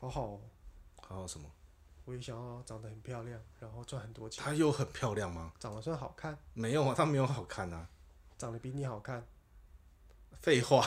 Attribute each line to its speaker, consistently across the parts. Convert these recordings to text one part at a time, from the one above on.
Speaker 1: 好好、哦，
Speaker 2: 还有什么？
Speaker 1: 我也想要长得很漂亮，然后赚很多钱，
Speaker 2: 她有很漂亮吗？
Speaker 1: 长得算好看，
Speaker 2: 没有啊，她没有好看啊。
Speaker 1: 长得比你好看，
Speaker 2: 废话，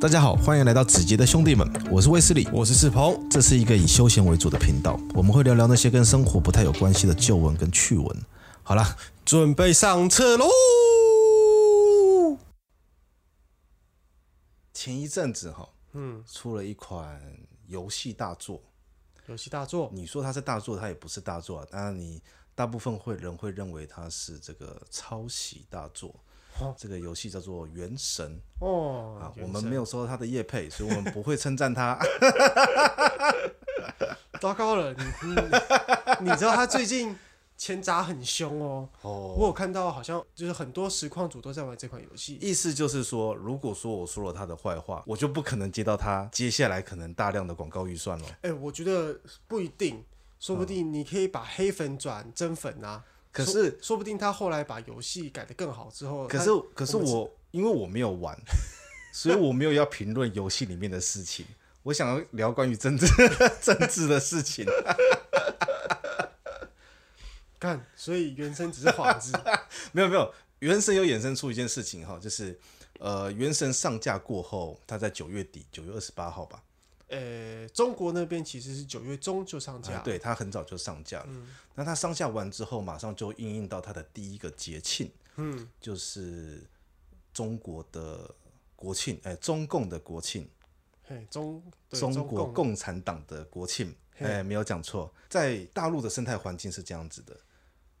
Speaker 2: 大家好，欢迎来到子杰的兄弟们，我是卫斯理，
Speaker 3: 我是世鹏，
Speaker 2: 这是一个以休闲为主的频道，我们会聊聊那些跟生活不太有关系的旧闻跟趣闻。好啦，
Speaker 3: 准备上车喽！
Speaker 2: 前一阵子哈，嗯，出了一款游戏大作，
Speaker 1: 游戏大作，
Speaker 2: 你说它是大作，它也不是大作啊，当然你大部分会人会认为它是这个抄袭大作。
Speaker 1: 哦
Speaker 2: 这个游戏叫做《原神》啊
Speaker 1: 哦，，
Speaker 2: 我们没有收到它的业配，所以我们不会称赞它。
Speaker 1: 糟糕了，你你你 知道他最近钱砸很凶哦，
Speaker 2: 哦，
Speaker 1: 我有看到好像就是很多实况组都在玩这款游戏，
Speaker 2: 意思就是说，如果说我说了他的坏话，我就不可能接到他接下来可能大量的广告预算了。
Speaker 1: 哎、我觉得不一定，说不定你可以把黑粉转真粉啊，
Speaker 2: 可是，
Speaker 1: 说不定他后来把游戏改得更好之后，
Speaker 2: 可
Speaker 1: 他
Speaker 2: 是，可是
Speaker 1: 我们
Speaker 2: 我因为我没有玩，所以我没有要评论游戏里面的事情。我想要聊关于政治 政治的事情。
Speaker 1: 看，所以原生只是幌子，
Speaker 2: 没有没有，原神有衍生出一件事情哈，就是呃，原神上架过后，它在九月底，九月二十八号吧，
Speaker 1: 呃，中国那边其实是九月中就上架，嗯
Speaker 2: 啊，对，它很早就上架了。那它上架完之后，马上就应用到它的第一个节庆，
Speaker 1: 嗯，
Speaker 2: 就是中国的国庆，哎、中共的国庆，
Speaker 1: 嘿，中对
Speaker 2: 中国
Speaker 1: 共
Speaker 2: 共产党的国庆，
Speaker 1: 嘿
Speaker 2: 哎、没有讲错，在大陆的生态环境是这样子的。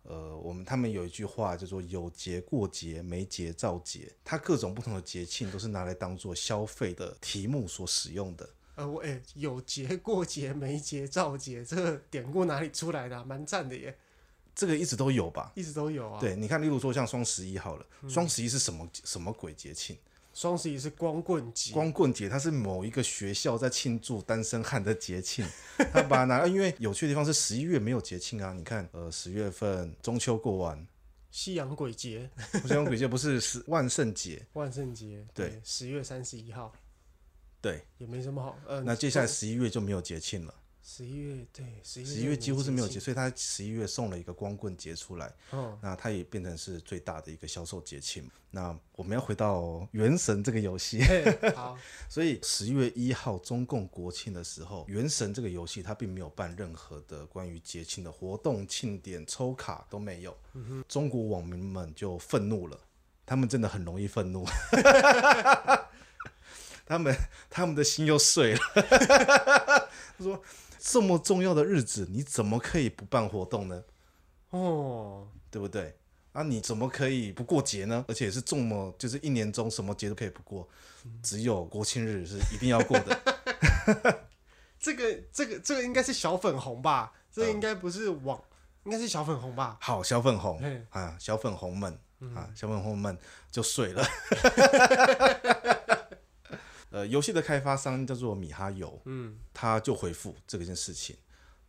Speaker 2: 呃，我们他们有一句话叫做“有节过节，没节造节”，它各种不同的节庆都是拿来当做消费的题目所使用的。
Speaker 1: 呃，我哎、有节过节，没节照节，这个典故哪里出来的、啊？蛮赞的耶，
Speaker 2: 这个一直都有吧？
Speaker 1: 一直都有啊。
Speaker 2: 对，你看，例如说像双十一好了，双十一是什么什么鬼节庆？
Speaker 1: 双十一是光棍节，
Speaker 2: 光棍节，它是某一个学校在庆祝单身汉的节庆，他把它拿， 因为有趣的地方是十一月没有节庆啊。你看，呃，十月份中秋过完，
Speaker 1: 西洋鬼节，
Speaker 2: 不是中鬼节，不是十万圣节，
Speaker 1: 万圣节，
Speaker 2: 对，
Speaker 1: 十月三十一号
Speaker 2: 对。
Speaker 1: 也没什么好。呃，
Speaker 2: 那接下来十一月就没有节庆了，
Speaker 1: 十一月对，十一
Speaker 2: 十一月几乎是没有节，
Speaker 1: 庆。
Speaker 2: 所以他十一月送了一个光棍节出来，
Speaker 1: 嗯，
Speaker 2: 那它也变成是最大的一个销售节庆。那我们要回到《原神》这个游戏，
Speaker 1: 嘿好，
Speaker 2: 所以十月一号中共国庆的时候，《原神》这个游戏它并没有办任何的关于节庆的活动、庆典、抽卡都没有。中国网民们就愤怒了，他们真的很容易愤怒， 他们他们的心又碎了。他说：“这么重要的日子，你怎么可以不办活动呢？
Speaker 1: 哦，
Speaker 2: 对不对？”啊！你怎么可以不过节呢？而且是这么，就是一年中什么节都可以不过，只有国庆日是一定要过的。
Speaker 1: 这个这个这个应该是小粉红吧？这
Speaker 2: 嗯
Speaker 1: 个应该不是网，应该是小粉红吧？
Speaker 2: 好，小粉红
Speaker 1: 嘿
Speaker 2: 啊，小粉红们啊，小粉红们就睡了。 呃，游戏的开发商叫做米哈游，嗯，他就回复这个件事情。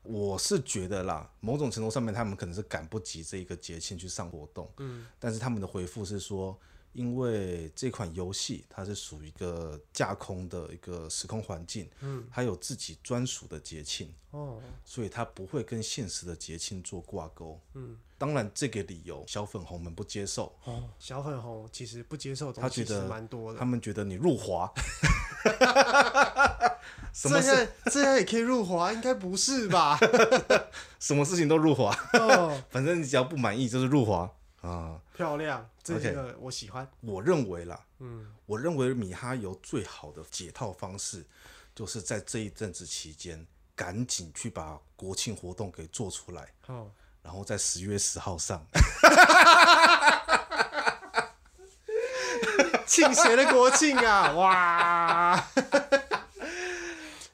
Speaker 2: 我是觉得啦，某种程度上面，他们可能是赶不及这一个节庆去上活动，嗯，但是他们的回复是说，因为这款游戏它是属于一个架空的一个时空环境，嗯，它有自己专属的节庆，
Speaker 1: 哦，
Speaker 2: 所以它不会跟现实的节庆做挂钩。嗯，当然这个理由小粉红们不接受，
Speaker 1: 哦，小粉红其实不接受的
Speaker 2: 他
Speaker 1: 东
Speaker 2: 觉
Speaker 1: 西
Speaker 2: 得
Speaker 1: 是蛮多的
Speaker 2: 他。们觉得你入华， 什
Speaker 1: 这
Speaker 2: 么事
Speaker 1: 样这样也可以入华？应该不是 吧？
Speaker 2: 什么事情都入华，
Speaker 1: 哦，
Speaker 2: 反正你只要不满意就是入华啊。
Speaker 1: 漂亮，这
Speaker 2: OK
Speaker 1: 个我喜欢。
Speaker 2: 我认为啦，
Speaker 1: 嗯，
Speaker 2: 我认为米哈游最好的解套方式，就是在这一阵子期间，赶紧去把国庆活动给做出来，
Speaker 1: 哦，
Speaker 2: 然后在十月十号上。
Speaker 1: 庆谁的国庆啊？哇！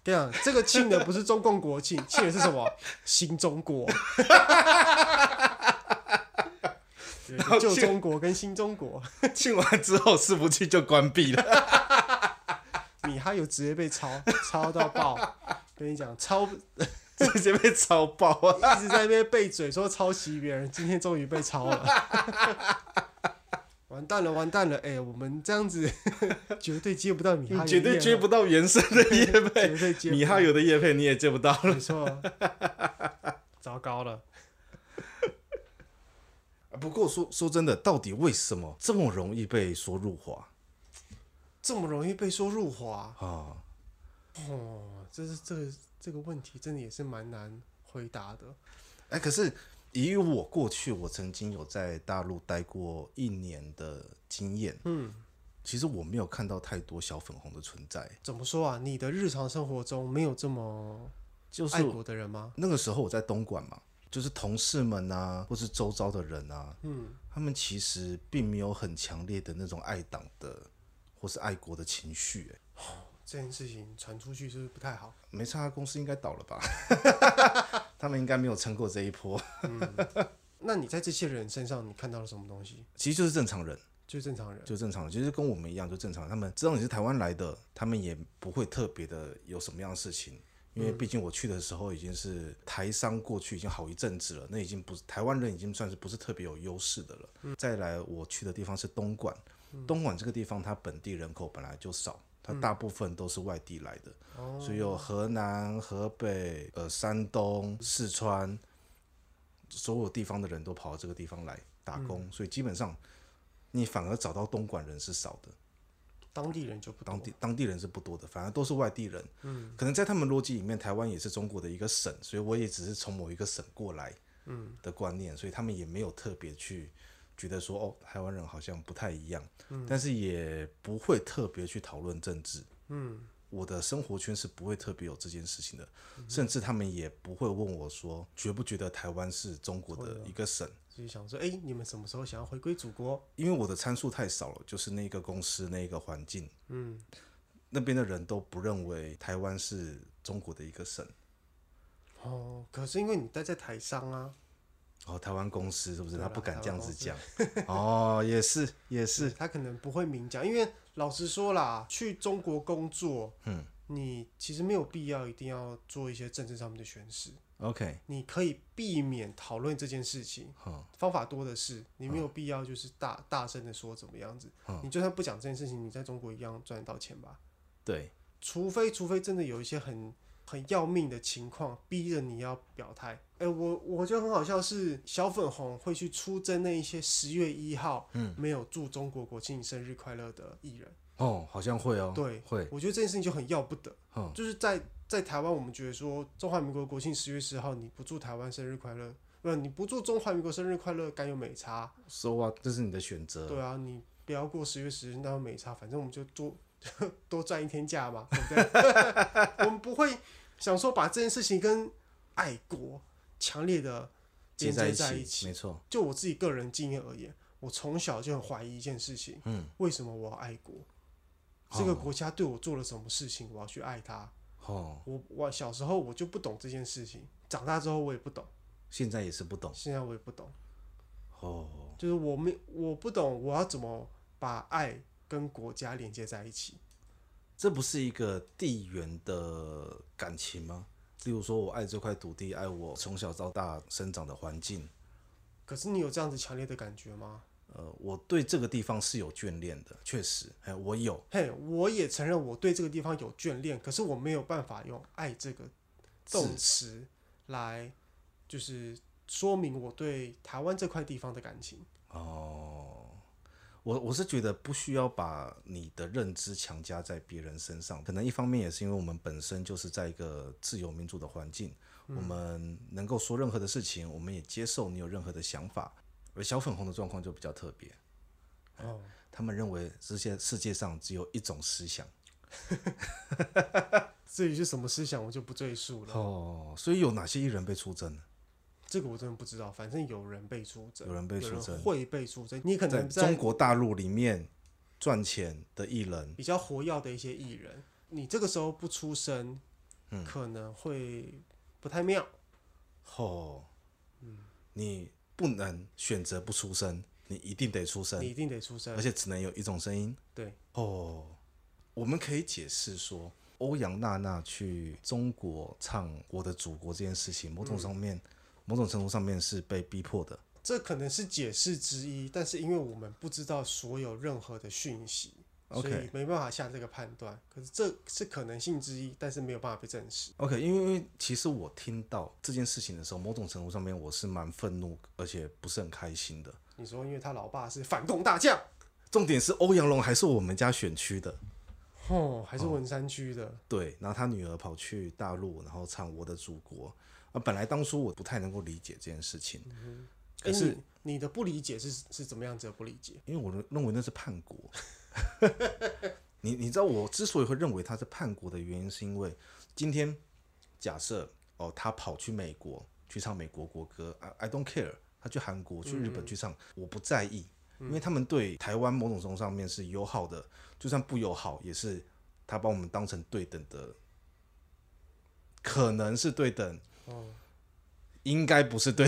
Speaker 1: 这样，这个庆的不是中共国庆， 庆的是什么？新中国。对对，旧中国跟新中国，
Speaker 2: 庆完之后伺服器就关闭了。
Speaker 1: 米哈游直接被抄，抄到爆。跟你讲，抄
Speaker 2: 直接被抄爆啊！
Speaker 1: 一直在那边被嘴说抄袭别人，今天终于被抄了。 完蛋了，完蛋了！哎、我们这样子 绝对接不到米哈游
Speaker 2: 你
Speaker 1: 业了，
Speaker 2: 绝对接不到原生的叶
Speaker 1: 绝
Speaker 2: 配，
Speaker 1: 对接不到
Speaker 2: 米哈游的叶配你也接不到。
Speaker 1: 没错，糟糕了。
Speaker 2: 啊不过说说真的，到底为什么这么容易被说入华
Speaker 1: 这么容易被说入华，
Speaker 2: 啊？
Speaker 1: 哦，这是这个这个问题真的也是蛮难回答的。
Speaker 2: 哎，可是以我过去我曾经有在大陆待过一年的经验，
Speaker 1: 嗯，
Speaker 2: 其实我没有看到太多小粉红的存在。
Speaker 1: 怎么说啊？你的日常生活中没有这么
Speaker 2: 就是
Speaker 1: 爱国的人吗？
Speaker 2: 哎那个时候我在东莞嘛，就是同事们啊，或是周遭的人啊，嗯，他们其实并没有很强烈的那种爱党的或是爱国的情绪、欸。
Speaker 1: 这件事情传出去是不是不太好？
Speaker 2: 没差，公司应该倒了吧？ 他们应该没有撑过这一波，
Speaker 1: 那你在这些人身上，你看到了什么东西？
Speaker 2: 其实就是正常人，
Speaker 1: 就正常人，
Speaker 2: 就正常人，就是跟我们一样，就正常人。他们知道你是台湾来的，他们也不会特别的有什么样的事情。因为毕竟我去的时候已经是台商过去已经好一阵子了，那已经不是台湾人已经算是不是特别有优势的了。再来我去的地方是东莞，东莞这个地方它本地人口本来就少，它大部分都是外地来的，所以有河南、河北、呃山东、四川，所有地方的人都跑到这个地方来打工，所以基本上你反而找到东莞人是少的，
Speaker 1: 当地人就不
Speaker 2: 当
Speaker 1: 懂。
Speaker 2: 地当地人是不多的，反而都是外地人。哦嗯，可能在他们逻辑里面，台湾也是中国的一个省，所以我也只是从某一个省过来，嗯的观念，所以他们也没有特别去觉得说哦，台湾人好像不太一样，嗯、但是也不会特别去讨论政治。
Speaker 1: 嗯，
Speaker 2: 我的生活圈是不会特别有这件事情的，甚至他们也不会问我说觉不觉得台湾是中国的一个省。
Speaker 1: 所以想说，哎、你们什么时候想要回归祖国？
Speaker 2: 因为我的参数太少了，就是那个公司那个环境，
Speaker 1: 嗯，
Speaker 2: 那边的人都不认为台湾是中国的一个省，
Speaker 1: 哦，可是因为你待在台商啊，
Speaker 2: 哦，台湾公司是不是？
Speaker 1: 对啊啦
Speaker 2: 他不敢这样子讲，哦，也是也是，
Speaker 1: 他可能不会明讲，因为老实说啦，去中国工作，
Speaker 2: 嗯
Speaker 1: 你其实没有必要一定要做一些政治上面的宣示，
Speaker 2: ，OK，
Speaker 1: 你可以避免讨论这件事情，
Speaker 2: 好、
Speaker 1: 方法多的是，你没有必要就是大、大声的说怎么样子。
Speaker 2: 嗯
Speaker 1: 你就算不讲这件事情，你在中国一样赚得到钱吧？
Speaker 2: 对，
Speaker 1: 除非除非真的有一些很很要命的情况，逼着你要表态。哎、我我觉得很好笑是小粉红会去出征那一些十月一号
Speaker 2: 嗯
Speaker 1: 没有祝中国国庆生日快乐的艺人。
Speaker 2: 哦，好像会哦，
Speaker 1: 对
Speaker 2: 会，
Speaker 1: 我觉得这件事情就很要不得，
Speaker 2: 嗯
Speaker 1: 就是在在台湾，我们觉得说中华民国国庆十月十号你不祝台湾生日快乐，不，你不祝中华民国生日快乐，该有美差，
Speaker 2: ，so 啊，这是你的选择，
Speaker 1: 对啊，你不要过十月十日，那有美差，反正我们就多 多赚一天假嘛，对不对？ 我们不会想说把这件事情跟爱国强烈的
Speaker 2: 接
Speaker 1: 连
Speaker 2: 在
Speaker 1: 接
Speaker 2: 一
Speaker 1: 在一
Speaker 2: 起，
Speaker 1: 起。
Speaker 2: 没错，
Speaker 1: 就我自己个人经验而言，我从小就很怀疑一件事情，
Speaker 2: 嗯，
Speaker 1: 为什么我要爱国？这个
Speaker 2: 哦
Speaker 1: 国家对我做了什么事情，我要去爱它。
Speaker 2: 哦，
Speaker 1: 我我小时候我就不懂这件事情，长大之后我也不懂，
Speaker 2: 现在也是不懂，
Speaker 1: 现在我也不懂，
Speaker 2: 哦，
Speaker 1: 就是我没我不懂我要怎么把爱跟国家连接在一起。
Speaker 2: 这不是一个地缘的感情吗？例如说，我爱这块土地，爱我从小到大生长的环境，
Speaker 1: 可是你有这样子强烈的感觉吗？
Speaker 2: 呃，我对这个地方是有眷恋的，确实，哎，我有，
Speaker 1: 嘿，我也承认我对这个地方有眷恋，可是我没有办法用“爱”这个动词来，就是说明我对台湾这块地方的感情。
Speaker 2: 我我是觉得不需要把你的认知强加在别人身上，可能一方面也是因为我们本身就是在一个自由民主的环境，
Speaker 1: 嗯
Speaker 2: 我们能够说任何的事情，我们也接受你有任何的想法。而小粉红的状况就比较特别，
Speaker 1: 哦，
Speaker 2: 他们认为世界世界上只有一种思想。
Speaker 1: 至于是什么思想，我就不赘述了。
Speaker 2: 哦，所以有哪些艺人被出征呢？
Speaker 1: 这个我真的不知道，反正有人被出征，
Speaker 2: 有人被出征
Speaker 1: 会被出征。你可
Speaker 2: 在
Speaker 1: 能
Speaker 2: 中
Speaker 1: 在
Speaker 2: 国大陆里面赚钱的艺人，
Speaker 1: 比较活跃的一些艺人，你这个时候不出声，
Speaker 2: 嗯
Speaker 1: 可能会不太妙。
Speaker 2: 嗯哦，你不能选择不出声，你一定得出声
Speaker 1: 你，一定得出声
Speaker 2: 而。且只能有一种声音。
Speaker 1: 对，
Speaker 2: 哦，我们可以解释说，欧阳娜娜去中国唱《我的祖国》这件事情，某种上面，某种程度上面是被逼迫的。
Speaker 1: 这可能是解释之一，但是因为我们不知道所有任何的讯息。所
Speaker 2: OK
Speaker 1: 以没办法下这个判断，可是这是可能性之一，但是没有办法被证实。
Speaker 2: OK，因为因为其实我听到这件事情的时候，某种程度上面我是蛮愤怒，而且不是很开心的。
Speaker 1: 你说，因为他老爸是反共大将，
Speaker 2: 重点是欧阳龙还是我们家选区的，
Speaker 1: 哦，还是文山区的，
Speaker 2: 对，然后他女儿跑去大陆，然后唱《我的祖国》啊，本来当初我不太能够理解这件事情，可
Speaker 1: 哎
Speaker 2: 是
Speaker 1: 你你的不理解是是怎么样子的不理解？
Speaker 2: 因为我认为那是叛国。 你你知道我之所以会认为他是叛国的原因，是因为今天假设哦，他跑去美国去唱美国国歌，I I don't care，他去韩国去日本去唱，我不在意，因为他们对台湾某种程度上面是友好的，就算不友好，也是他把我们当成对等的，可能是对等，
Speaker 1: 哦，
Speaker 2: 应该不是对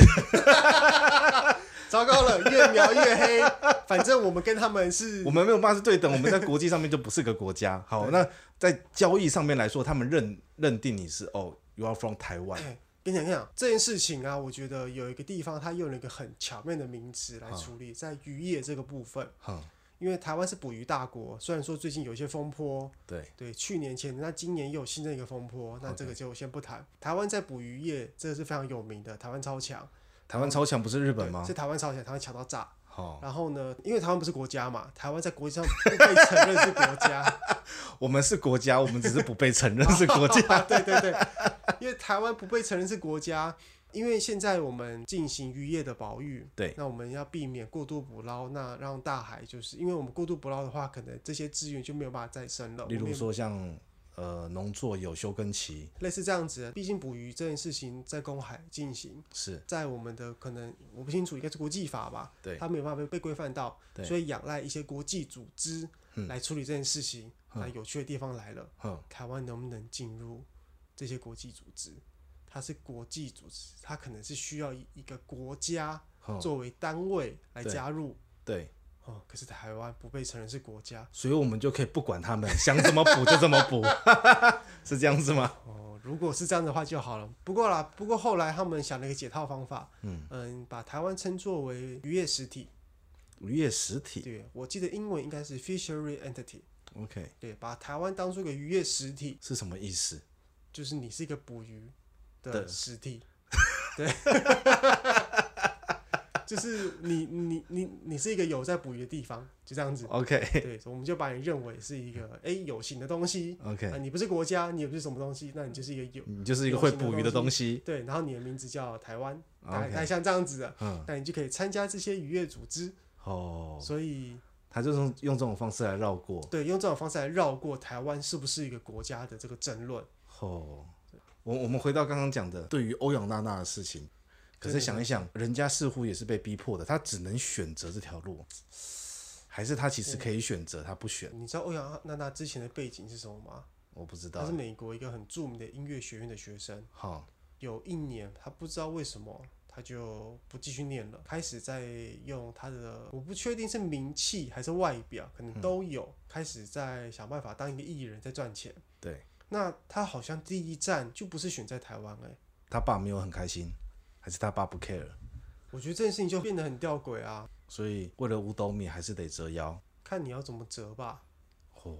Speaker 1: 糟糕了，越描越黑。反正我们跟他们是
Speaker 2: 我们没有办法是对等，我们在国际上面就不是个国家。好，那在交易上面来说，他们认认定你是哦，you are from 台 湾。
Speaker 1: 哎 跟你讲，跟你讲这件事情啊，我觉得有一个地方，它用了一个很巧妙的名词来处理，在渔业这个部分，
Speaker 2: 哼，
Speaker 1: 因为台湾是捕鱼大国，虽然说最近有一些风波，
Speaker 2: 对，
Speaker 1: 对，去年前那今年又有新增一个风波，那这个就先不谈。台湾在捕鱼业这个是非常有名的，台湾超强，
Speaker 2: 台湾超强不是日本
Speaker 1: 对
Speaker 2: 吗
Speaker 1: 是？台湾超强，台湾强到炸。
Speaker 2: 好，
Speaker 1: 然后呢，因为台湾不是国家嘛，台湾在国际上不被承认是国家，
Speaker 2: 我们是国家，我们只是不被承认是 国家。
Speaker 1: 啊，对对对，因为台湾不被承认是国家，因为现在我们进行渔业的保育，
Speaker 2: 对
Speaker 1: 那我们要避免过度捕捞，那让大海就是因为我们过度捕捞的话，可能这些资源就没有办法再生了。
Speaker 2: 例
Speaker 1: 我
Speaker 2: 如
Speaker 1: 们也
Speaker 2: 说像呃农作有休耕期，
Speaker 1: 类似这样子，毕竟捕鱼这件事情在公海进行，
Speaker 2: 是
Speaker 1: 在我们的可能我不清楚，应该是国际法吧，
Speaker 2: 对
Speaker 1: 它没有办法被被规范到，
Speaker 2: 对
Speaker 1: 所以仰赖一些国际组织
Speaker 2: 嗯
Speaker 1: 来处理这件事情。那有趣的地方来了。
Speaker 2: 哼
Speaker 1: 台湾能不能进入这些国际组织？它是国际组织，它可能是需要以一个国家
Speaker 2: 哼，
Speaker 1: 作为单位来
Speaker 2: 对
Speaker 1: 加入。
Speaker 2: 对，
Speaker 1: 哦，可是台湾不被承认是国家。
Speaker 2: 所以我们就可以不管他们，想怎么补就怎么补， 是这样子吗？
Speaker 1: 哦，如果是这样的话就好了。不过啦，不过后来他们想了一个解套方法，嗯把台湾称作为渔业实体。
Speaker 2: 渔业实体
Speaker 1: 对，我记得英文应该是 fishery entity。
Speaker 2: ，OK，
Speaker 1: 对，把台湾当做一个渔业实体，
Speaker 2: 是什么意思？
Speaker 1: 就是你是一个捕鱼的
Speaker 2: 的
Speaker 1: 实体，对， 就是你你你你是一个有在捕鱼的地方，就这样
Speaker 2: 哦
Speaker 1: 子，
Speaker 2: OK
Speaker 1: 对，我们就把你认为是一个哎有形的东西，啊、
Speaker 2: OK，
Speaker 1: 你不是国家，你也不是什么东西，那你就是一个有，
Speaker 2: 你就是一个会捕鱼的东西。
Speaker 1: 对，然后你的名字叫台湾，大概
Speaker 2: OK
Speaker 1: 大概像这样子的，
Speaker 2: 嗯，
Speaker 1: 那你就可以参加这些渔业组织，
Speaker 2: 哦，
Speaker 1: 所以
Speaker 2: 他就是用用这种方式来绕过。
Speaker 1: 对，用这种方式来绕过台湾是不是一个国家的这个争论，
Speaker 2: 哦，我我们回到刚刚讲的，对于欧阳娜娜的事情，可是想一想，人家似乎也是被逼迫的，他只能选择这条路，还是他其实可以选择，他不选，
Speaker 1: 你知道欧哎阳娜娜之前的背景是什么吗？
Speaker 2: 我不知
Speaker 1: 他
Speaker 2: 道哦
Speaker 1: 是。美国一个很著名的音乐学院的学生，
Speaker 2: 好，
Speaker 1: 有一年他不知道为什么他就不继续念了，开始在用他的我不确定是名气还是外表，可能都有，开始在想办法当一个艺人在赚钱。
Speaker 2: 对
Speaker 1: 那他好像第一站就不是选在台湾哎、
Speaker 2: 他爸没有很开心，还是他爸不 care，
Speaker 1: 我觉得这件事情就变得很吊诡啊，
Speaker 2: 所以为了五斗米还是得折腰。
Speaker 1: 看你要怎么折吧。
Speaker 2: 哦，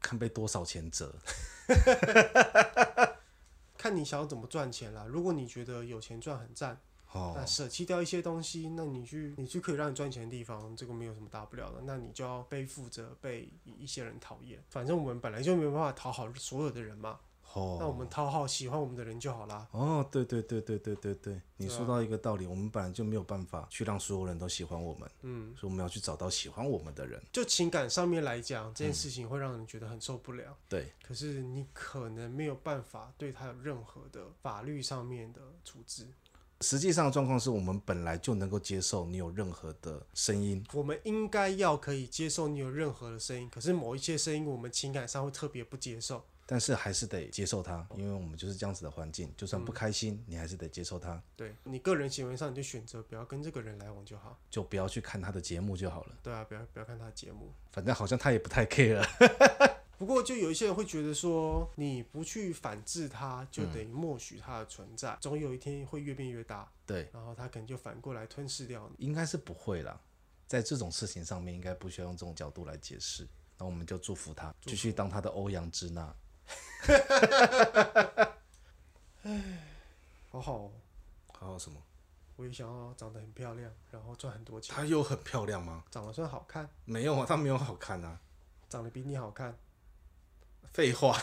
Speaker 2: 看被多少钱折。
Speaker 1: 看你想要怎么赚钱啦。如果你觉得有钱赚很赞，
Speaker 2: 哦
Speaker 1: 那舍弃掉一些东西，那你去你去可以让你赚钱的地方，这个没有什么大不了的。那你就要背负着被一些人讨厌。反正我们本来就没有办法讨好所有的人嘛，那我
Speaker 2: 哦
Speaker 1: 们讨好喜欢我们的人就好啦。
Speaker 2: 哦，对对对对对对对，你
Speaker 1: 对啊
Speaker 2: 说到一个道理，我们本来就没有办法去让所有人都喜欢我们。
Speaker 1: 嗯，
Speaker 2: 所以我们要去找到喜欢我们的人。
Speaker 1: 就情感上面来讲，这件事情会让人觉得很受不了。
Speaker 2: 对，
Speaker 1: 可是你可能没有办法对他有任何的法律上面的处置。
Speaker 2: 实际上的状况是我们本来就能够接受你有任何的声音，
Speaker 1: 我们应该要可以接受你有任何的声音，可是某一些声音我们情感上会特别不接受。
Speaker 2: 但是还是得接受它，因为我们就是这样子的环境，就算不开心，你还是得接受它，
Speaker 1: 对你个人行为上，你就选择不要跟这个人来往就好。
Speaker 2: 就不要去看他的节目就好了。
Speaker 1: 对啊，不要不要看他的节目。
Speaker 2: 反正好像他也不太 care，
Speaker 1: 不过，就有一些人会觉得说，你不去反制它，就等于默许它的存在，总有一天会越变越大，
Speaker 2: 对，
Speaker 1: 然后它可能就反过来吞噬掉你。
Speaker 2: 应该是不会啦。在这种事情上面，应该不需要用这种角度来解释。那我们就祝福他，继续当他的欧阳之娜。
Speaker 1: 好好、哦，
Speaker 2: 还有什么？
Speaker 1: 我也想要长得很漂亮，然后赚很多钱，
Speaker 2: 她又很漂亮吗？
Speaker 1: 长得算好看，
Speaker 2: 没有啊，她没有好看啊。
Speaker 1: 长得比你好看。
Speaker 2: 废话。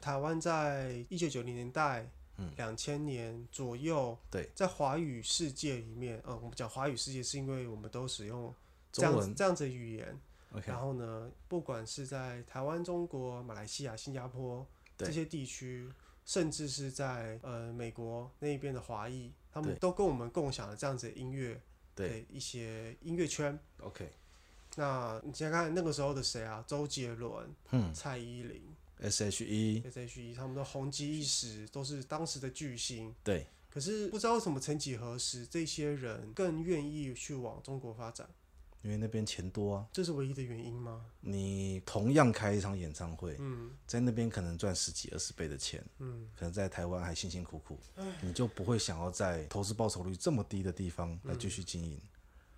Speaker 1: 台湾在一九九零年代、两千年左右，
Speaker 2: 嗯对，
Speaker 1: 在华语世界里面，嗯，我们讲华语世界是因为我们都使用这
Speaker 2: 中
Speaker 1: 样子
Speaker 2: 文
Speaker 1: 这样子的语言。
Speaker 2: OK，
Speaker 1: 然后呢，不管是在台湾、中国、马来西亚、新加坡
Speaker 2: 对
Speaker 1: 这些地区，甚至是在呃美国那边的华裔，他们
Speaker 2: 对
Speaker 1: 都跟我们共享了这样子的音乐
Speaker 2: 对
Speaker 1: 的一些音乐圈。
Speaker 2: ，OK，
Speaker 1: 那你想想看那个时候的谁啊？周杰伦、
Speaker 2: 嗯
Speaker 1: 蔡依林、
Speaker 2: ，SHE，
Speaker 1: S.H.E，他们 E，都红极一时，都是当时的巨星。
Speaker 2: 对，
Speaker 1: 可是不知道为什么，曾几何时，这些人更愿意去往中国发展，
Speaker 2: 因为那边钱多啊。
Speaker 1: 这是唯一的原因吗？
Speaker 2: 你同样开一场演唱会，
Speaker 1: 嗯
Speaker 2: 在那边可能赚十几二十倍的钱，
Speaker 1: 嗯，
Speaker 2: 可能在台湾还辛辛苦苦，你就不会想要在投资报酬率这么低的地方来继续经营。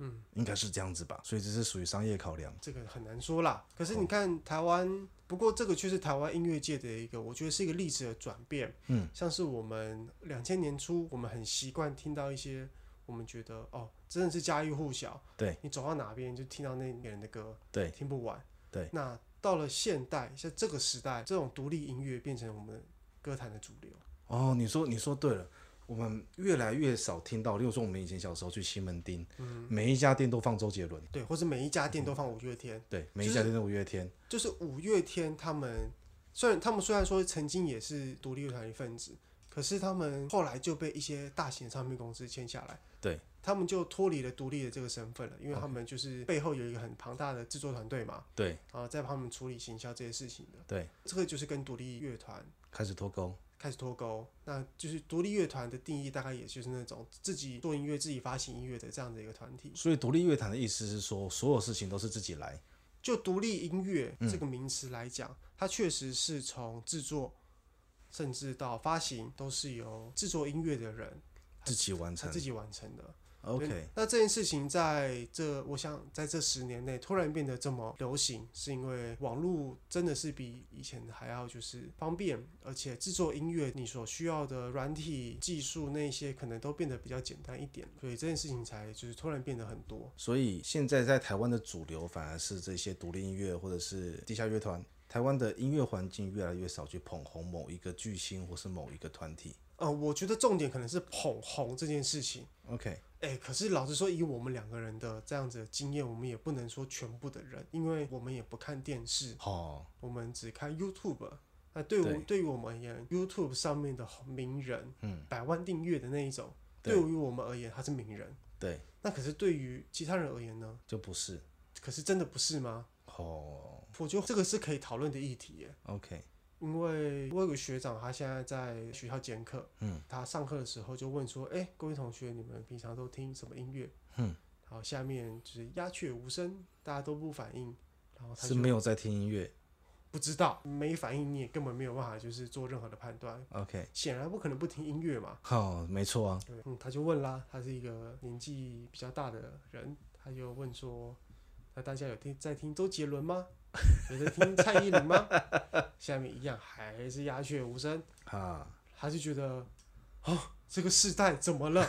Speaker 1: 嗯，
Speaker 2: 应该是这样子吧。所以这是属于商业考量。
Speaker 1: 这个很难说啦。可
Speaker 2: 哦
Speaker 1: 是你看台湾，不过这个却是台湾音乐界的一个，我觉得是一个历史的转变。
Speaker 2: 嗯，
Speaker 1: 像是我们两千年初，我们很习惯听到一些我们觉得哦，真的是家喻户晓。
Speaker 2: 对，
Speaker 1: 你走到哪边就听到那个人的歌，
Speaker 2: 对，
Speaker 1: 听不完。
Speaker 2: 对，
Speaker 1: 那到了现代，像这个时代，这种独立音乐变成我们歌坛的主流。
Speaker 2: 哦，你说你说对了，我们越来越少听到，例如说我们以前小时候去西门町，每一家店都放周杰伦，
Speaker 1: 对，或是每一家店都放五月天，
Speaker 2: 对，每一家店都五月天，
Speaker 1: 就是五月天他们虽然他们虽然说曾经也是独立乐团一份子，可是他们后来就被一些大型的唱片公司签下来，
Speaker 2: 对，
Speaker 1: 他们就脱离了独立的这个身份了，因为他们就是背后有一个很庞大的制作团队嘛，
Speaker 2: 对
Speaker 1: 然后在帮他们处理行销这些事情的，
Speaker 2: 对，
Speaker 1: 这个就是跟独立乐团。
Speaker 2: 开始脱钩，
Speaker 1: 开始脱钩，那就是独立乐团的定义，大概也就是那种自己做音乐、自己发行音乐的这样的一个团体。
Speaker 2: 所以独立乐坛的意思是说，所有事情都是自己来，
Speaker 1: 就独立音乐这个名词来讲，它确实是从制作，甚至到发行，都是由制作音乐的人
Speaker 2: 自己完
Speaker 1: 他
Speaker 2: 成
Speaker 1: 自己完成的。对
Speaker 2: ，OK，
Speaker 1: 那这件事情在这，我想在这十年内突然变得这么流行，是因为网络真的是比以前还要就是方便，而且制作音乐你所需要的软体技术那些可能都变得比较简单一点，所以这件事情才就是突然变得很多。
Speaker 2: 所以现在在台湾的主流反而是这些独立音乐或者是地下乐团。台湾的音乐环境越来越少去捧红某一个巨星或是某一个团体。
Speaker 1: 呃，我觉得重点可能是捧红这件事情。
Speaker 2: OK，
Speaker 1: 哎、可是老实说，以我们两个人的这样子的经验，我们也不能说全部的人，因为我们也不看电视，
Speaker 2: 哦，
Speaker 1: 我们只看 YouTube。那对
Speaker 2: 对
Speaker 1: 我对于我们而言，YouTube 上面的名人，
Speaker 2: 嗯，
Speaker 1: 百万订阅的那一种，
Speaker 2: 对
Speaker 1: 对于我们而言他是名人。
Speaker 2: 对，
Speaker 1: 那可是对于其他人而言呢？
Speaker 2: 就不是。
Speaker 1: 可是真的不是吗？
Speaker 2: 哦
Speaker 1: 我觉得这个是可以讨论的议题耶。
Speaker 2: ，OK，
Speaker 1: 因为我有个学长，他现在在学校兼课，
Speaker 2: 嗯，
Speaker 1: 他上课的时候就问说：“哎、各位同学，你们平常都听什么音乐？”
Speaker 2: 嗯，
Speaker 1: 然后下面就是鸦雀无声，大家都不反应，然后他就
Speaker 2: 是没有在听音乐。
Speaker 1: 不知道，没反应，你也根本没有办法就是做任何的判断，
Speaker 2: OK，
Speaker 1: 显然不可能不听音乐嘛。
Speaker 2: 好、没错啊。
Speaker 1: 对，嗯，他就问啦，他是一个年纪比较大的人，他就问说：“那大家有听在听周杰伦吗？ 有在听蔡依林吗？” 下面一样还是鸦雀无声。
Speaker 2: 啊，
Speaker 1: 他就觉得，哦，这个世代怎么了？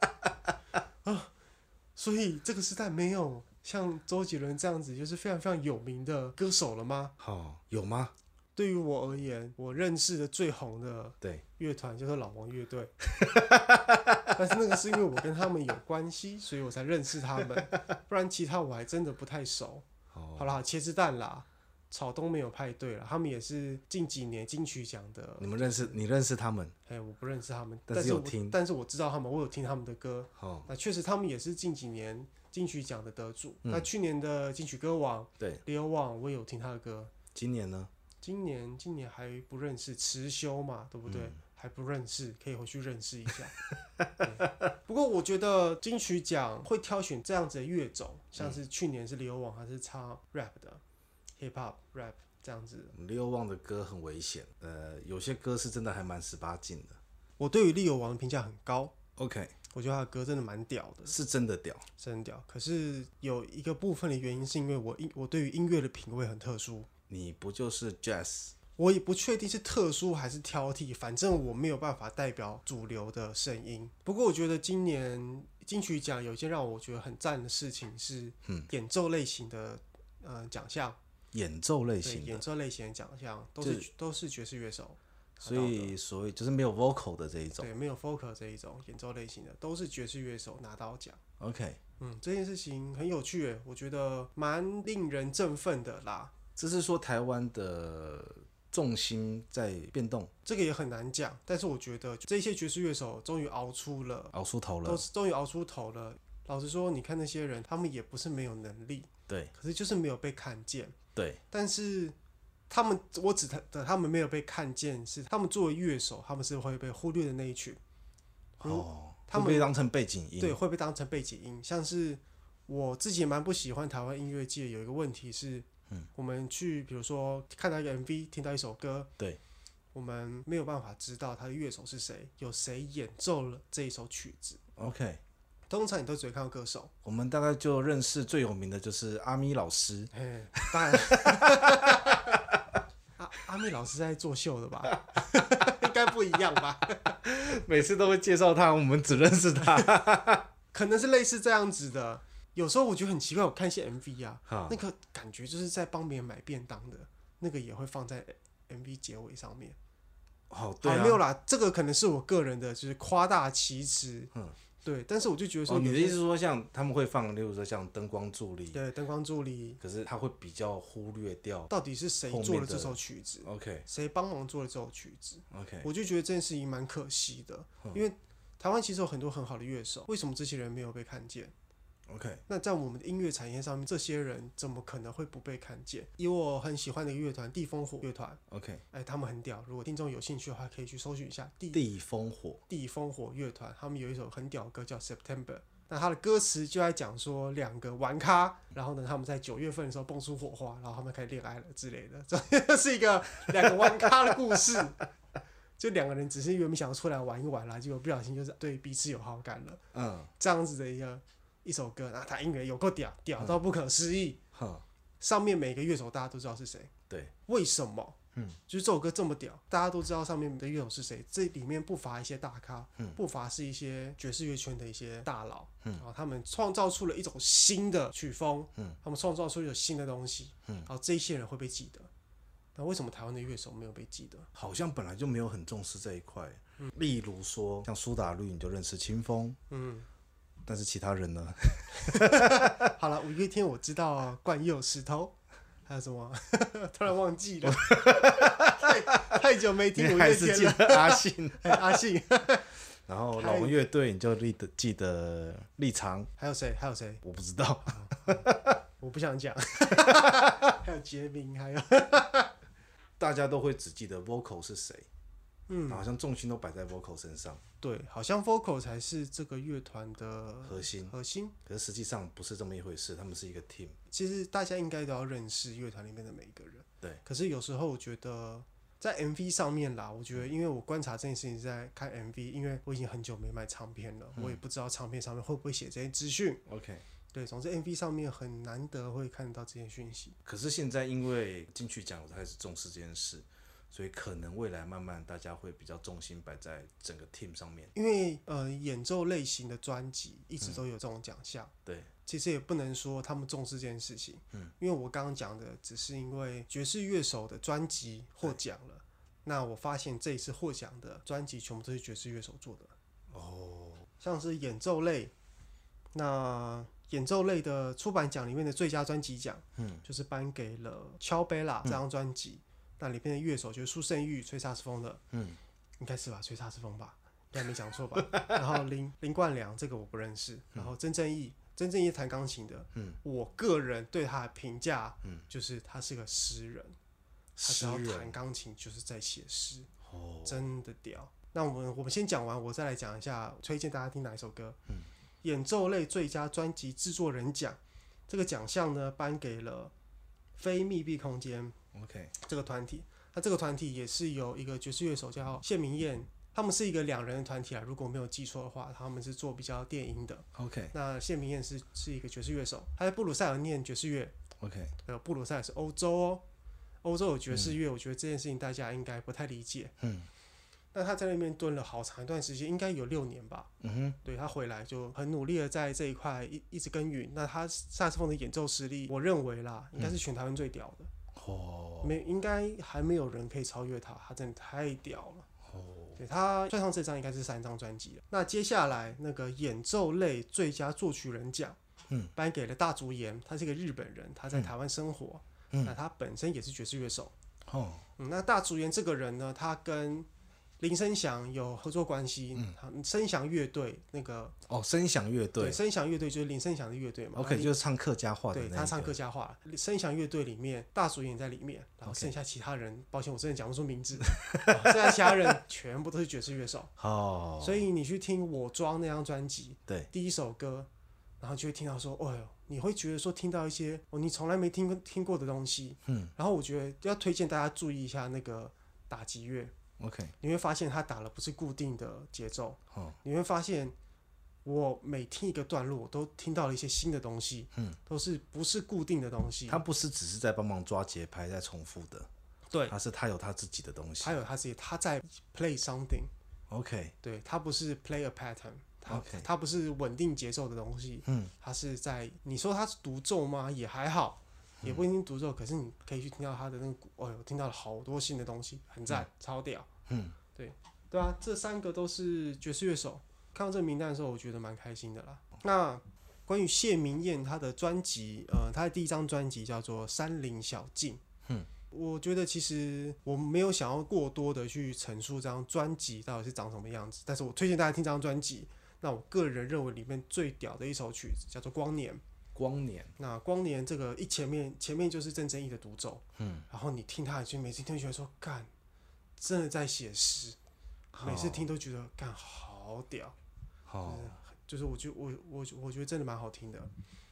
Speaker 1: 啊，所以这个时代没有像周杰伦这样子，就是非常非常有名的歌手了吗？
Speaker 2: 好、有吗？
Speaker 1: 对于我而言，我认识的最红的
Speaker 2: 对，
Speaker 1: 乐团叫做老王乐队， 但是那个是因为我跟他们有关系，所以我才 认识他们，不然其他我还真的不太熟。
Speaker 2: 哦，
Speaker 1: 好啦，茄子蛋啦，草东没有派对了，他们也是近几年金曲奖的
Speaker 2: 你。们认识你认识他们
Speaker 1: 哎，我不认识他们，
Speaker 2: 嗯
Speaker 1: 但
Speaker 2: 但是
Speaker 1: 是
Speaker 2: 有
Speaker 1: 我
Speaker 2: 听
Speaker 1: 但是我知道他们，我有听他们的歌。
Speaker 2: 哦？
Speaker 1: 那确实，他们也是近几年金曲奖的得主。
Speaker 2: 嗯
Speaker 1: 那去年的金曲歌王
Speaker 2: 对，
Speaker 1: 李友旺，我也有听他的歌。
Speaker 2: 今年呢？
Speaker 1: 今年今年还不认识辞修嘛，对不对？还不认识，可以回去认识一下。 对不过我觉得金曲奖会挑选这样子的乐种，像是去年是流网，还是唱 rap 的，hip hop rap 这样子。
Speaker 2: 六旺的歌很危险，呃，有些歌是真的还蛮十八禁的。
Speaker 1: 我对于利友王的评价很高，
Speaker 2: OK，
Speaker 1: 我觉得他的歌真的蛮屌的，
Speaker 2: 是真的屌。
Speaker 1: 真的屌。可是有一个部分的原因是因为我音我对于音乐的品味很特殊，
Speaker 2: 你不就是 Jazz？
Speaker 1: 我也不确定是特殊还是挑剔，反正我没有办法代表主流的声音。不过我觉得今年金曲奖有一件让我觉得很赞的事情是，
Speaker 2: 嗯
Speaker 1: 演奏类型的呃奖项，
Speaker 2: 演奏类
Speaker 1: 对，
Speaker 2: 型的，
Speaker 1: 演奏类型的奖项都是都是爵士乐手，
Speaker 2: 所以所谓就是没有 vocal 的这一种。
Speaker 1: 对，没有 folk 这一种演奏类型的都是爵士乐手拿到奖。
Speaker 2: OK，
Speaker 1: 嗯，这件事情很有趣耶，我觉得蛮令人振奋的啦。
Speaker 2: 这是说台湾的重心在变动，
Speaker 1: 这个也很难讲，但是我觉得这些爵士乐手终于熬出了
Speaker 2: 熬出头
Speaker 1: 都
Speaker 2: 了。
Speaker 1: 是终于熬出头了。老实说，你看那些人，他们也不是没有能力，
Speaker 2: 对
Speaker 1: 可是就是没有被看见。
Speaker 2: 对，
Speaker 1: 但是他们，我指的他们没有被看见，是他们作为乐手，他们是会被忽略的那一群，如
Speaker 2: 哦，
Speaker 1: 他们
Speaker 2: 会被当成背景音。
Speaker 1: 对，，会被当成背景音。像是我自己也蛮不喜欢台湾音乐界有一个问题是，
Speaker 2: 嗯
Speaker 1: 我们去比如说看到一个 MV，听到一首歌，
Speaker 2: 对，
Speaker 1: 我们没有办法知道他的乐手是谁，有谁演奏了这一首曲子。
Speaker 2: OK，
Speaker 1: 通常你都只会看到歌手，
Speaker 2: 我们大概就认识最有名的就是阿咪老师，
Speaker 1: 嘿当然，阿阿妹老师在作秀的 吧？应该不一样吧？
Speaker 2: 每次都会介绍他，我们只认识 他。
Speaker 1: 可能是类似这样子的。有时候我觉得很奇怪，我看一些 MV 啊，
Speaker 2: 哈
Speaker 1: 那个感觉就是在帮别人买便当的，那个也会放在 MV 结尾上面。
Speaker 2: 哦，对
Speaker 1: 好
Speaker 2: 啊，
Speaker 1: 没有啦，这个可能是我个人的，就是夸大其词。
Speaker 2: 嗯
Speaker 1: 对，但是我就觉得说
Speaker 2: 哦，你
Speaker 1: 有
Speaker 2: 的
Speaker 1: 些，
Speaker 2: 意思是说，像他们会放，例如说像灯光助理，
Speaker 1: 对灯光助理
Speaker 2: 可是他会比较忽略掉。
Speaker 1: 到底是谁
Speaker 2: 后面
Speaker 1: 做了
Speaker 2: 的哦
Speaker 1: 这首曲子，
Speaker 2: OK
Speaker 1: 谁帮忙做了这首曲子？
Speaker 2: OK，
Speaker 1: 我就觉得这件事情蛮可惜的，因为台湾其实有很多很好的乐手，为什么这些人没有被看见？
Speaker 2: OK，
Speaker 1: 那在我们的音乐产业上面，这些人怎么可能会不被看见？以我很喜欢的一个乐团地风火乐团，
Speaker 2: OK，
Speaker 1: 哎，他们很屌。如果听众有兴趣的话，可以去搜寻一下地
Speaker 2: 地烽火，
Speaker 1: 地风火乐团，他们有一首很屌的歌叫《September》。那他的歌词就在讲说两个玩咖，然后呢，他们在九月份的时候蹦出火花，然后他们开始恋爱了之类的， 这是一个两个玩咖的故事。就两个人只是原本想要出来玩一玩啦，结果不小心就是对彼此有好感了，
Speaker 2: 嗯，
Speaker 1: 这样子的一个一首歌，然后他音乐有够屌，屌到不可思议。
Speaker 2: 哼，
Speaker 1: 上面每个乐手大家都知道是谁，
Speaker 2: 对，
Speaker 1: 为什么？嗯，就是这首歌这么屌，大家都知道上面的乐手是谁，这里面不乏一些大咖，
Speaker 2: 嗯
Speaker 1: 不乏是一些爵士乐圈的一些大佬，嗯，然后他们创造出了一种新的曲风，嗯，他们创造出一种新的东西，嗯，然后这些人会被记得。那为什么台湾的乐手没有被记得？
Speaker 2: 好像本来就没有很重视这一块。例如说，像苏打绿，你就认识清风，
Speaker 1: 嗯，
Speaker 2: 但是其他 人呢？
Speaker 1: 好了，五月天我知道啊冠佑、石头，还有什么？ 突然忘 记了，太太久没听
Speaker 2: 你
Speaker 1: 五
Speaker 2: 还
Speaker 1: 月
Speaker 2: 是
Speaker 1: 天
Speaker 2: 记
Speaker 1: 了。
Speaker 2: 得阿信。
Speaker 1: 哎阿信，
Speaker 2: 然后老文乐队，你就立得记得立长，
Speaker 1: 还有谁？还有谁？
Speaker 2: 我不知道。
Speaker 1: 我不想讲。还有杰明，还有
Speaker 2: 大家都会只记得 vocal 是谁，嗯，好像重心都摆在 vocal 身上，
Speaker 1: 对，好像 vocal 才是这个乐团的
Speaker 2: 核心。
Speaker 1: 核心。
Speaker 2: 可是实际上不是这么一回事，他们是一个 team。
Speaker 1: 其实大家应该都要认识乐团里面的每一个人。
Speaker 2: 对，
Speaker 1: 可是有时候我觉得在 MV 上面啦，我觉得因为我观察这件事情是在看 MV，因为我已经很久没买唱片了，
Speaker 2: 嗯
Speaker 1: 我也不知道唱片上面会不会写这些资讯。
Speaker 2: OK。
Speaker 1: 对，总之 MV 上面很难得会看到这些讯息。
Speaker 2: 可是现在因为金曲奖我开始重视这件事，所以可能未来慢慢大家会比较重心摆在整个 team 上面。
Speaker 1: 因为呃，演奏类型的专辑一直都有这种奖项。
Speaker 2: 对，
Speaker 1: 其实也不能说他们重视这件事情，嗯，因为我刚刚讲的只是因为爵士乐手的专辑获奖了，那我发现这一次获奖的专辑全部都是爵士乐手做的，
Speaker 2: 哦，
Speaker 1: 像是演奏类，那演奏类的出版奖里面的最佳专辑奖，嗯，就是颁给了《敲贝拉》这张专辑。那里面的乐手就是苏胜玉吹萨斯风的，嗯，应该是吧，吹萨斯风吧，应该没讲错吧。然后林林冠良这个我不认识，然后曾正义，曾正义弹钢琴的，嗯，我个人对他的评价，嗯，就是他是个诗人，他只
Speaker 2: 诗
Speaker 1: 要
Speaker 2: 人
Speaker 1: 弹钢琴就是在写诗，
Speaker 2: 哦，
Speaker 1: 真的屌。那我们我们先讲完，我再来讲一下，推荐大家听哪一首歌。嗯，演奏类最佳专辑制作人奖，这个奖项呢颁给了非密闭空间
Speaker 2: OK，
Speaker 1: 这个团体。那这个团体也是由一个爵士乐手叫谢明燕，他们是一个两人的团体啊，如果没有记错的话，他们是做比较电音的。
Speaker 2: OK，
Speaker 1: 那谢明燕是是一个爵士乐手，他在布鲁塞尔念爵士乐，
Speaker 2: OK，
Speaker 1: 呃，布鲁塞尔是欧洲哦，欧洲有爵士乐，我觉得这件事情大家应该不太理解。
Speaker 2: 嗯，
Speaker 1: 那他在那边蹲了好长一段时间，应该有六年吧。
Speaker 2: 嗯哼，
Speaker 1: 对他回来就很努力的在这一块一一直耕耘。那他萨克斯风的演奏实力，我认为啦，应该
Speaker 2: 嗯
Speaker 1: 是全台湾最屌的，
Speaker 2: 哦
Speaker 1: 没应该还没有人可以超越他，他真的太屌了。
Speaker 2: 哦，
Speaker 1: 对他算上这张应该是三张专辑了。那接下来那个演奏类最佳作曲人奖，
Speaker 2: 嗯，
Speaker 1: 颁给了大竹研，他是一个日本人，他在台湾生活，
Speaker 2: 嗯
Speaker 1: 那他本身也是爵士乐手。
Speaker 2: 哦，
Speaker 1: 嗯，那大竹研这个人呢，他跟林声祥有合作关系，
Speaker 2: 嗯
Speaker 1: 他声祥乐队那个
Speaker 2: 哦，声响乐队
Speaker 1: 声祥乐队就是林声祥的乐队嘛。
Speaker 2: ，OK，
Speaker 1: 那林
Speaker 2: 就是唱客家话的那
Speaker 1: 对
Speaker 2: 一
Speaker 1: 他唱
Speaker 2: 个
Speaker 1: 客家话，声响乐队里面大竹研在里面，然后
Speaker 2: OK
Speaker 1: 剩下其他人，抱歉我真的讲不出名 字，啊剩下其他人全部都是爵士乐手。
Speaker 2: 哦，
Speaker 1: 所以你去听《我装》那张专辑
Speaker 2: 对，
Speaker 1: 第一首歌，然后就会听到说，哎呦，你会觉得说听到一些哦你从来没听过听过的东西。
Speaker 2: 嗯
Speaker 1: 然后我觉得要推荐大家注意一下那个打击乐，
Speaker 2: ，OK，
Speaker 1: 你会发现它打的不是固定的节奏，
Speaker 2: 哦，
Speaker 1: 你会发现我每听一个段落，我都听到了一些新的东西，
Speaker 2: 嗯，
Speaker 1: 都是不是固定的东西，
Speaker 2: 他不是只是在帮忙抓节拍，在重复的，
Speaker 1: 对
Speaker 2: 他是他有他自己的东西
Speaker 1: 还有他自己他在 play something，
Speaker 2: ，OK，
Speaker 1: 对他不是 play a pattern，他
Speaker 2: OK
Speaker 1: 他不是稳定节奏的东西，
Speaker 2: 嗯，
Speaker 1: 他是在你说他是独奏吗？也还好。也不一定独奏，可是你可以去听到他的那个鼓，哎呦，听到了好多新的东西，很赞，超屌。
Speaker 2: 嗯，
Speaker 1: 对啊，这三个都是爵士乐手。看到这个名单的时候，我觉得蛮开心的啦。那关于谢明燕，她的专辑，呃，她的第一张专辑叫做《山林小径》。
Speaker 2: 嗯，
Speaker 1: 我觉得其实我没有想要过多的去陈述这张专辑到底是长什么样子，但是我推荐大家听这张专辑。那我个人认为里面最屌的一首曲子叫做《光年》。
Speaker 2: 光年，
Speaker 1: 那光年这个一前面前面就是郑正义的独奏，
Speaker 2: 嗯，
Speaker 1: 然后你听他的曲，每次听就觉得说干，真的在写诗，每次听都觉得干好屌，
Speaker 2: 哦，
Speaker 1: 就是我觉我我我觉得真的蛮好听的。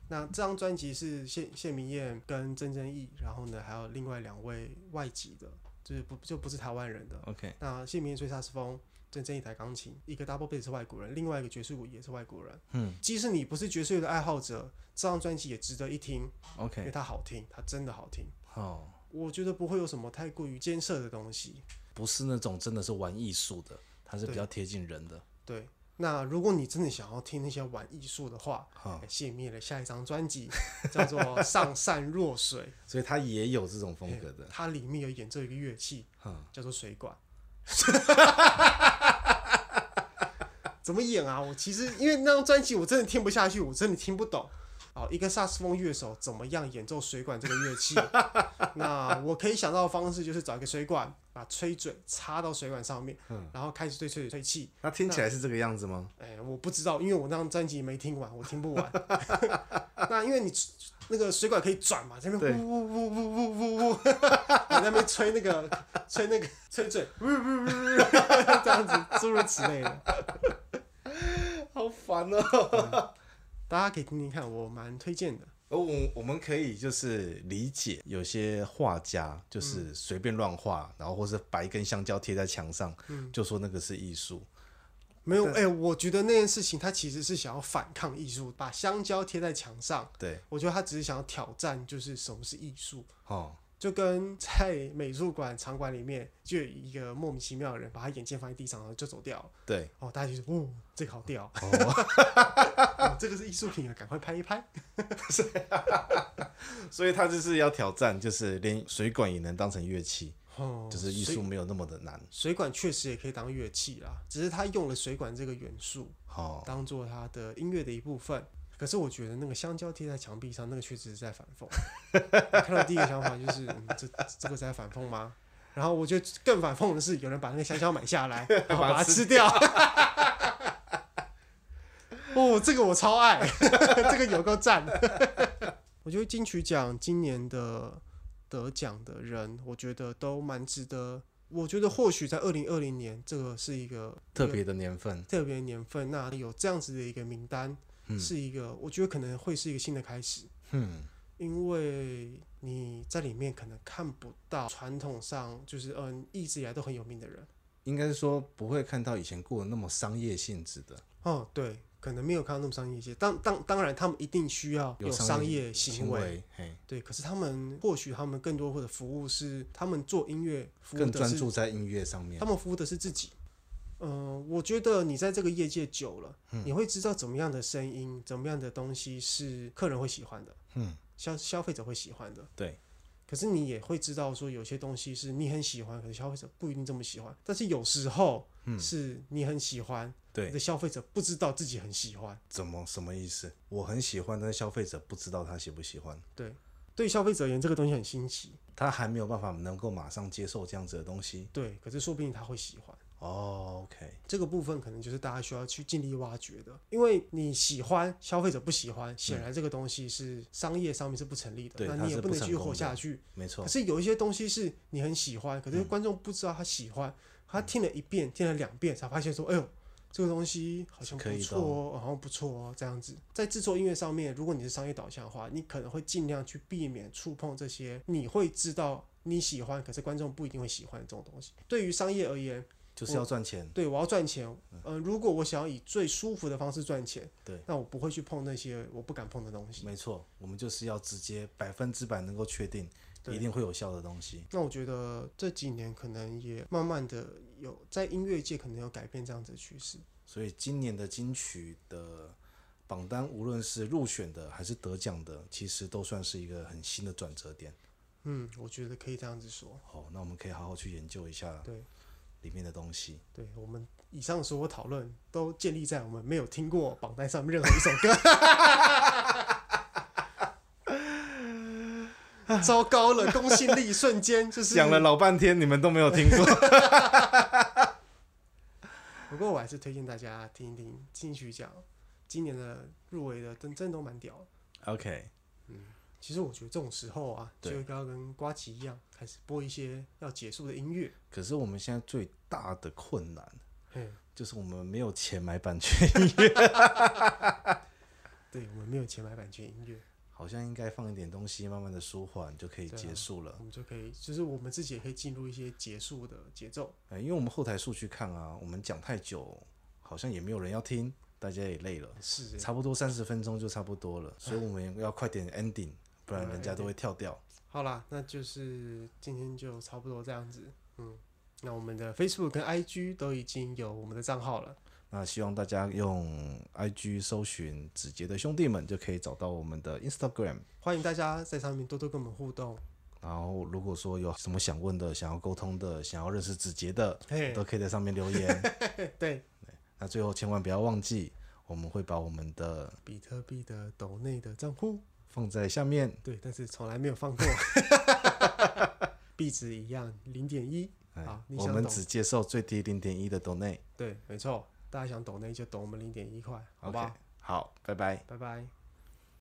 Speaker 1: 那这张专辑是谢谢明燕跟郑正义，然后呢还有另外两位外籍的，就是不就不是台湾人的。
Speaker 2: ，OK，
Speaker 1: 那谢明燕吹萨克斯风，郑正义弹钢琴，一个 double bass 是外国人，另外一个爵士鼓也是外国人。
Speaker 2: 嗯
Speaker 1: 即使你不是爵士乐的爱好者，这张专辑也值得一听。因为
Speaker 2: ，OK，
Speaker 1: 它好听，它真的好听。
Speaker 2: 哦，
Speaker 1: 我觉得不会有什么太过于艰涩的东西。
Speaker 2: 不是那种真的是玩艺术的，他是比
Speaker 1: 对
Speaker 2: 较贴近人的，
Speaker 1: 对，那如果你真的想要听那些玩艺术的话，
Speaker 2: 好
Speaker 1: 哎谢灭了下一张专辑 叫做《上善若水
Speaker 2: 所以他也有这种》风格
Speaker 1: 哎
Speaker 2: 的，
Speaker 1: 它里面有演奏一个乐器
Speaker 2: 哈，
Speaker 1: 叫做水管。 怎么演啊？我其实因为那张专辑我真的听不下去，我真的听不懂。哦，一个萨克斯风乐手怎么样演奏水管这个乐器？ 那我可以想到的方式就是找一个水管，把吹嘴插到水管上面，
Speaker 2: 嗯
Speaker 1: 然后开始对吹嘴吹气。
Speaker 2: 那听起来是这个样子吗？
Speaker 1: 哎，我不知道，因为我那张专辑没听完，我听不完。那因为你那个水管可以转嘛，这边呜呜呜呜呜呜呜，你在那边吹那个吹那个吹嘴，呜呜呜呜，这样子诸如此类的，
Speaker 2: 好烦哦！
Speaker 1: 大家可以听听看，我蛮推荐的。
Speaker 2: 而我我们可以就是理解，有些画家就是随便乱画，然后或是把一根香蕉贴在墙上，就说那个是艺术。
Speaker 1: 没有，哎、我觉得那件事情他其实是想要反抗艺术，把香蕉贴在墙上。
Speaker 2: 对，
Speaker 1: 我觉得他只是想要挑战，就是什么是艺术，
Speaker 2: 哦，
Speaker 1: 就跟在美术馆、场馆里面，就有一个莫名其妙的人把他眼镜放在地上，然后就走掉了。
Speaker 2: 对，
Speaker 1: 哦，大家就说，哦，这个好屌， 哦这个是艺术品啊，赶快拍一拍。
Speaker 2: 所以他就是要挑战，就是连水管也能当成乐器，
Speaker 1: 哦，
Speaker 2: 就是艺
Speaker 1: 水
Speaker 2: 术没有那么的难。
Speaker 1: 水管确实也可以当乐器啦，只是他用了水管这个元素
Speaker 2: 哦，
Speaker 1: 当做他的音乐的一部分。可是我觉得那个香蕉贴在墙壁上，那个确实是在反讽。 我看到第一个想法就是，嗯、这这个是在反讽吗？然后我觉得更反讽的是，有人把那个香蕉买下 来，然后
Speaker 2: 把它
Speaker 1: 把它
Speaker 2: 吃
Speaker 1: 吃掉。 哦，这个我超爱， 这个有够赞。 我觉得金曲奖今年的得奖的人，我觉得都蛮值得。我觉得或许在二零二零年，这个是一个
Speaker 2: 特别的年份，
Speaker 1: 特别年份，那有这样子的一个名单，
Speaker 2: 嗯
Speaker 1: 是一个我觉得可能会是一个新的开始，
Speaker 2: 嗯，
Speaker 1: 因为你在里面可能看不到传统上就是嗯一直以来都很有名的人，
Speaker 2: 应该是说不会看到以前过得那么商业性质的
Speaker 1: 哦，对，可能没有看到那么商业一些，当当当然他们一定需要有商业行
Speaker 2: 行
Speaker 1: 为，
Speaker 2: 为，嘿，
Speaker 1: 对，可是他们或许他们更多或者服务是他们做音乐服务
Speaker 2: 更
Speaker 1: 的
Speaker 2: 专
Speaker 1: 是
Speaker 2: 注在音乐上面
Speaker 1: 他。们服务的是自己。嗯、我觉得你在这个业界久了，
Speaker 2: 嗯
Speaker 1: 你会知道怎么样的声音、怎么样的东西是客人会喜欢的，
Speaker 2: 嗯，
Speaker 1: 消消费者会喜欢的。
Speaker 2: 对，
Speaker 1: 可是你也会知道说，有些东西是你很喜欢，可是消费者不一定这么喜欢。但是有时候
Speaker 2: 嗯
Speaker 1: 是你很喜欢，你
Speaker 2: 对
Speaker 1: 的，消费者不知道自己很喜欢。
Speaker 2: 怎么什么意思？我很喜欢，但是消费者不知道他喜不喜欢，
Speaker 1: 对消费者而言，这个东西很新奇，
Speaker 2: 他还没有办法能够马上接受这样子的东西。
Speaker 1: 对，可是说不定他会喜欢。
Speaker 2: 哦，OK，
Speaker 1: 这个部分可能就是大家需要去尽力挖掘的，因为你喜欢，消费者不喜欢，显然这个东西是商业上面是不成立的，
Speaker 2: 嗯对
Speaker 1: 那
Speaker 2: 它
Speaker 1: 你也
Speaker 2: 是
Speaker 1: 不能
Speaker 2: 不
Speaker 1: 继
Speaker 2: 成
Speaker 1: 续
Speaker 2: 功
Speaker 1: 活
Speaker 2: 的
Speaker 1: 下去。
Speaker 2: 没错嗯
Speaker 1: 可。是有一些东西是你很喜欢，可是观众不知道他喜欢，他听了一遍，听了两遍才发现说，哎呦。这个东西好像
Speaker 2: 是可
Speaker 1: 不
Speaker 2: 以的
Speaker 1: 错哦，好像不错哦，这样子。在制作音乐上面，如果你是商业导向的话，你可能会尽量去避免触碰这些你会知道你喜欢，可是观众不一定会喜欢的这种东西。对于商业而言，
Speaker 2: 就是要赚钱，
Speaker 1: 对，我要赚钱。嗯、如果我想要以最舒服的方式赚钱，
Speaker 2: 对，
Speaker 1: 那我不会去碰那些我不敢碰的东西。
Speaker 2: 没错，我们就是要直接百分之百能够确定，
Speaker 1: 对
Speaker 2: 一定会有效的东西。
Speaker 1: 那我觉得这几年可能也慢慢的有在音乐界可能有改变这样子的趋势。
Speaker 2: 所以今年的金曲的榜单，无论是入选的还是得奖的，其实都算是一个很新的转折点。
Speaker 1: 嗯，我觉得可以这样子说。
Speaker 2: 哦，那我们可以好好去研究一下
Speaker 1: 对，
Speaker 2: 里面的东西。
Speaker 1: 对我们以上所有讨论都建立在我们没有听过榜单上面任何一首歌。 糟糕了，公信力瞬间就是
Speaker 2: 讲了老半天，你们都没有听过。
Speaker 1: 不过我还是推荐大家听一听金曲奖今年的入围的，真真的都蛮屌的。
Speaker 2: OK，
Speaker 1: 其实我觉得这种时候啊，就
Speaker 2: 对
Speaker 1: 应该要跟瓜吉一样，开始播一些要结束的音乐。
Speaker 2: 可是我们现在最大的困难
Speaker 1: 嗯，
Speaker 2: 就是我们没有钱买版权，
Speaker 1: 对我们没有钱买版权音乐，
Speaker 2: 好像应该放一点东西，慢慢的舒缓就可以
Speaker 1: 对啊
Speaker 2: 结束了
Speaker 1: 我。们就可以，就是我们自己也可以进入一些结束的节奏。
Speaker 2: 呃，因为我们后台数据看啊，我们讲太久，好像也没有人要听，大家也累了，
Speaker 1: 是欸，
Speaker 2: 差不多三十分钟就差不多了，所以我们要快点 ending，不
Speaker 1: 啊
Speaker 2: 然人家都会跳掉。
Speaker 1: 好啦，那就是今天就差不多这样子。嗯，那我们的 Facebook 跟 IG 都已经有我们的账号了。
Speaker 2: 那希望大家用 IG 搜寻“子杰的兄弟们”就可以找到我们的 Instagram。
Speaker 1: 欢迎大家在上面多多跟我们互动，
Speaker 2: 然后如果说有什么想问的、想要沟通的、想要认识子杰的，
Speaker 1: 嘿，
Speaker 2: 都可以在上面留 言。
Speaker 1: 对，
Speaker 2: 那最后千万不要忘记，我们会把我们的
Speaker 1: 比特币的斗内的账户，
Speaker 2: 放在下面。
Speaker 1: 对，但是从来没有放过，币值一样零点一，
Speaker 2: 哎
Speaker 1: 好，你
Speaker 2: 我
Speaker 1: 想
Speaker 2: 们
Speaker 1: 懂
Speaker 2: 只接受最低零点一的 donate，
Speaker 1: 对，没错，大家想抖内就抖我们零点一块，好不好
Speaker 2: OK，好，拜拜。
Speaker 1: 拜拜。